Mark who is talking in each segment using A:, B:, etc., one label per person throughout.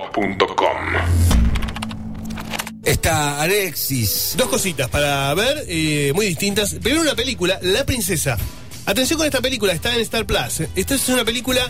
A: fmrockandpop.com
B: Está Alexis.
C: Dos cositas para ver, eh, muy distintas. Primero una película, La Princesa. Atención con esta película, está en Star Plus. Esta es una película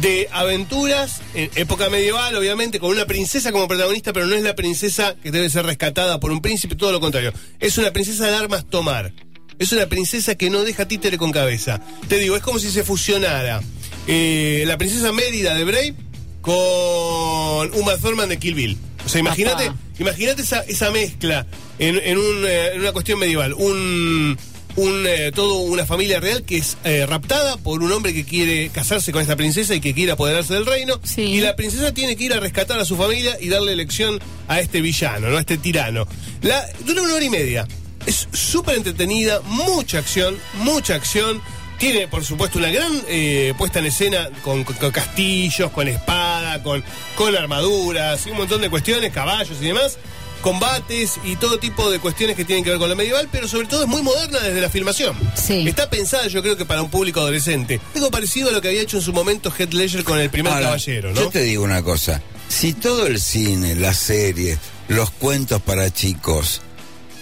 C: de aventuras, en época medieval, obviamente, con una princesa como protagonista, pero no es la princesa que debe ser rescatada por un príncipe, todo lo contrario. Es una princesa de armas tomar. Es una princesa que no deja títere con cabeza. Te digo, es como si se fusionara eh, la princesa Mérida de Brave con Uma Thurman de Kill Bill. O sea, imagínate,
D: Papá.
C: imagínate esa, esa mezcla en, en un, eh, en una cuestión medieval. Un, un, eh, todo una familia real que es eh, raptada por un hombre que quiere casarse con esta princesa y que quiere apoderarse del reino.
D: Sí.
C: Y la princesa tiene que ir a rescatar a su familia y darle elección a este villano, ¿no? A este tirano. La, dura una hora y media. Es súper entretenida, mucha acción, mucha acción. Tiene, por supuesto, una gran eh, puesta en escena con, con- con castillos, con espada, con, con armaduras y un montón de cuestiones, caballos y demás. Combates y todo tipo de cuestiones que tienen que ver con lo medieval, pero sobre todo es muy moderna desde la filmación.
D: Sí.
C: Está pensada, yo creo que para un público adolescente. Algo parecido a lo que había hecho en su momento Head Ledger con el primer
B: Ahora,
C: caballero, ¿no?
B: Yo te digo una cosa. Si todo el cine, las series, los cuentos para chicos,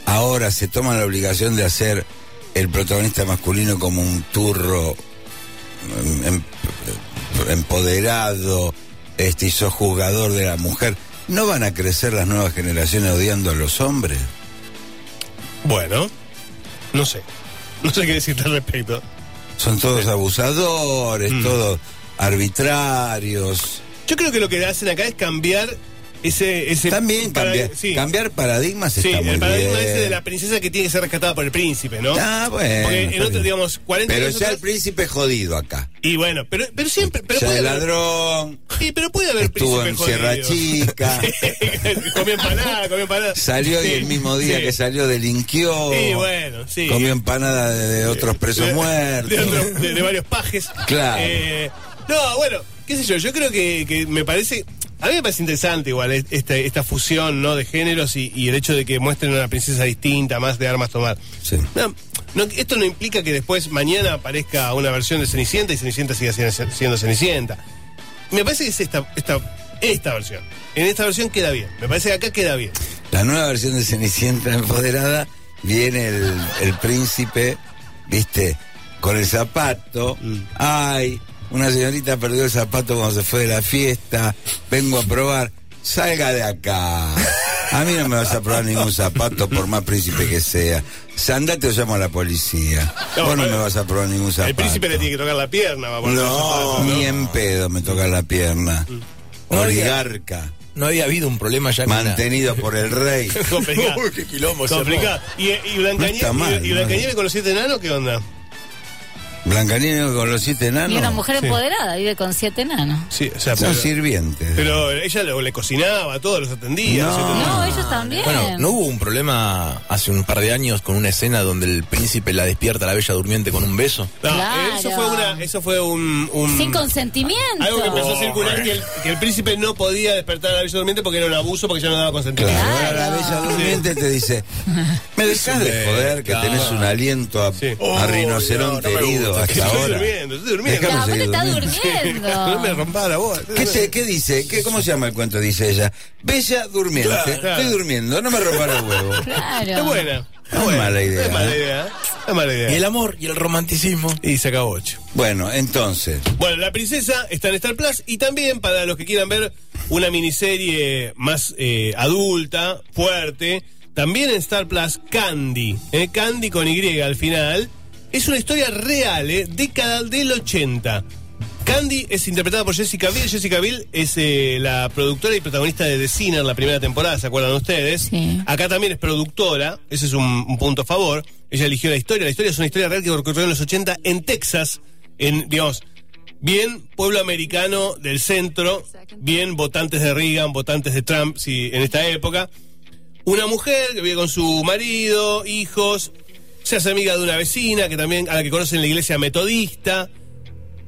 B: ahora se toman la obligación de hacer el protagonista masculino como un turro em, em, empoderado, este, y sojuzgador de la mujer, ¿no van a crecer las nuevas generaciones odiando a los hombres?
C: Bueno, no sé. No sé qué decirte al respecto.
B: Son todos abusadores,
C: Mm.
B: todos arbitrarios.
C: Yo creo que lo que hacen acá es cambiar ese. ese
B: También
C: para-
B: cambiar,
C: sí,
B: cambiar paradigmas
C: sí,
B: está muy
C: el paradigma
B: bien.
C: ese de la princesa que tiene que ser rescatada por el príncipe, ¿no?
B: Ah, bueno.
C: Porque en
B: está
C: otro,
B: bien.
C: digamos, 40
B: Pero
C: años
B: ya el
C: atrás-
B: príncipe jodido acá.
C: Y bueno, pero, pero siempre. Pero
B: ya
C: puede
B: el
C: haber-
B: ladrón.
C: Sí, pero puede haber
B: Estuvo
C: príncipe
B: en Sierra
C: jodido.
B: Chica.
C: comió empanada, comió empanada.
B: Salió y
C: Sí,
B: el mismo día
C: sí.
B: que salió delinquió.
C: Sí, bueno, sí.
B: Comió empanada de, de otros presos
C: de-
B: muertos.
C: De, otro- de- de varios pajes.
B: Claro.
C: Eh, no, bueno, qué sé yo, yo creo que, que me parece... A mí me parece interesante igual es- esta, esta fusión ¿no? de géneros y, y el hecho de que muestren una princesa distinta, más de armas tomar.
B: Sí.
C: No, no, esto no implica que después mañana aparezca una versión de Cenicienta y Cenicienta siga siendo- siendo Cenicienta. Me parece que es esta, esta, esta versión. En esta versión queda bien. Me parece que acá queda bien.
B: La nueva versión de Cenicienta empoderada viene el, el príncipe, viste, con el zapato.
C: Mm.
B: Ay, una señorita perdió el zapato cuando se fue de la fiesta. Vengo a probar. Salga de acá. A mí no me vas a probar ningún zapato por más príncipe que sea. Si Andate o llamo a la policía.
C: No,
B: Vos no
C: pero-
B: me vas a probar ningún zapato.
C: El príncipe le tiene que tocar la pierna. va a poner los
B: No,
C: zapatos,
B: ni en pedo me toca la pierna.
E: Mm. No,
B: Oligarca,
E: No había habido un problema ya con la-
B: mantenido por el rey.
C: Complicado.
E: Uy, qué quilombo. se armó.
C: Complicado. Pues ¿Y, y Blancanieves-
B: No está mal,
C: y- y
B: ¿no?
C: Blancanieves con los siete enanos qué onda?
B: Blancanieves con los siete enanos.
D: Y una mujer
C: Ah, sí.
D: empoderada, vive con siete enanos.
C: Sí, o sea,
B: Son
C: pero,
B: sirvientes.
C: pero ella lo- le cocinaba, todo, los atendía. los
B: No.
C: atendía.
D: No, ellos también.
E: Bueno, ¿no hubo un problema hace un par de años con una escena donde el príncipe la despierta a la bella durmiente con un beso?
C: No, eh,
D: Claro.
C: eso fue, una, eso fue un, un-
D: Sin consentimiento.
C: Algo que empezó a circular
E: Hombre.
C: que el, que el príncipe no podía despertar a la bella durmiente porque era un abuso, porque ya no daba consentimiento.
B: Claro,
D: Claro.
B: ahora la bella durmiente te dice, me dejas de
E: Ah, Sí, Ah.
B: joder que
E: claro.
B: tenés un aliento a,
C: Sí.
B: a rinoceronte
E: no, no me
B: herido
E: gusta.
B: hasta
C: Estoy
B: ahora.
C: durmiendo, estoy durmiendo.
B: Dejame
D: La
B: seguir
D: está
B: durmiendo.
D: durmiendo.
C: No me rompa la voz.
B: ¿Qué, te- qué dice? ¿Qué, ¿Cómo se llama el cuento? Dice ella. Bella durmiente.
C: Claro.
B: Estoy durmiendo, no me rompa los huevos.
D: Claro.
C: Es buena.
B: No es mala idea.
C: Es mala
B: ¿eh?
C: idea. Es mala
E: Y el
C: idea.
E: amor y el romanticismo.
C: Y se acabó ocho.
B: Bueno, entonces,
C: Bueno, La Princesa está en Star Plus y también para los que quieran ver una miniserie más eh, adulta, fuerte, también en Star Plus, Candy, eh, Candy con Y al final, es una historia real, eh, década del 80. Candy es interpretada por Jessica Biel. Jessica Biel es eh, la productora y protagonista de The Sinner, la primera temporada, ¿se acuerdan ustedes?
D: Sí.
C: Acá también es productora, ese es un, un punto a favor. Ella eligió la historia. La historia es una historia real que ocurrió en los 80 en Texas, en, digamos, bien pueblo americano del centro, bien votantes de Reagan, votantes de Trump, sí, en esta época. Una mujer que vive con su marido, hijos, se hace amiga de una vecina que también a la que conoce en la iglesia metodista.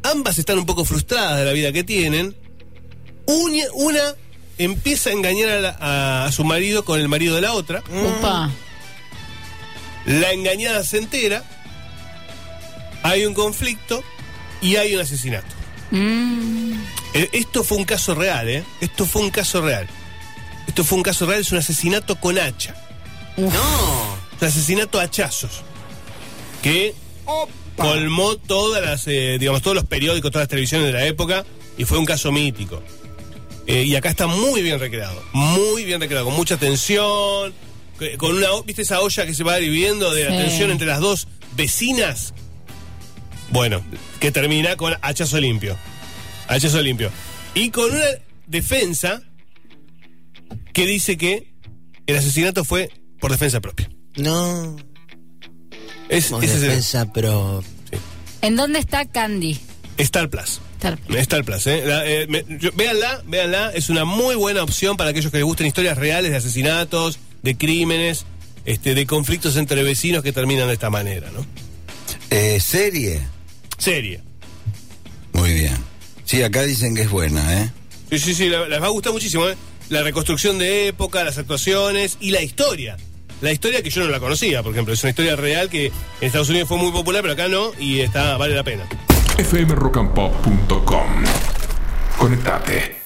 C: Ambas están un poco frustradas de la vida que tienen. Uña- Una empieza a engañar a, la- a- a su marido con el marido de la otra.
D: Upa.
C: La engañada se entera. Hay un conflicto y hay un asesinato.
D: Mm.
C: Eh, Esto fue un caso real, ¿eh? Esto fue un caso real. Esto fue un caso real, es un asesinato con hacha.
A: No.
C: Un asesinato a hachazos. Que colmó todas las, eh, digamos, todos los periódicos, todas las televisiones de la época y fue un caso mítico. Eh, y acá está muy bien recreado, muy bien recreado, con mucha tensión, que- con una, o- ¿viste esa olla que se va dividiendo de
D: Sí.
C: la tensión entre las dos vecinas? Bueno, que termina con hachazo limpio. Hachazo limpio. Y con una defensa que dice que el asesinato fue por defensa propia.
A: No.
C: Es,
A: Como
C: ese es el-
A: defensa pro.
D: ¿En dónde está Candy?
C: Star Plus.
D: Star Plus.
C: Star Plus, ¿eh? La, eh, me- yo- véanla, véanla. Es una muy buena opción para aquellos que les gusten historias reales de asesinatos, de crímenes, este, de conflictos entre vecinos que terminan de esta manera, ¿no?
B: Eh, serie.
C: Serie.
B: Muy bien. Sí, acá dicen que es buena, ¿eh?
C: Sí, sí, sí, la- las va a gustar muchísimo, ¿eh? La reconstrucción de época, las actuaciones y la historia. La historia que yo no la conocía, por ejemplo. Es una historia real que en Estados Unidos fue muy popular, pero acá no, y está, vale la pena.
F: fmrockandpop.com. Conectate.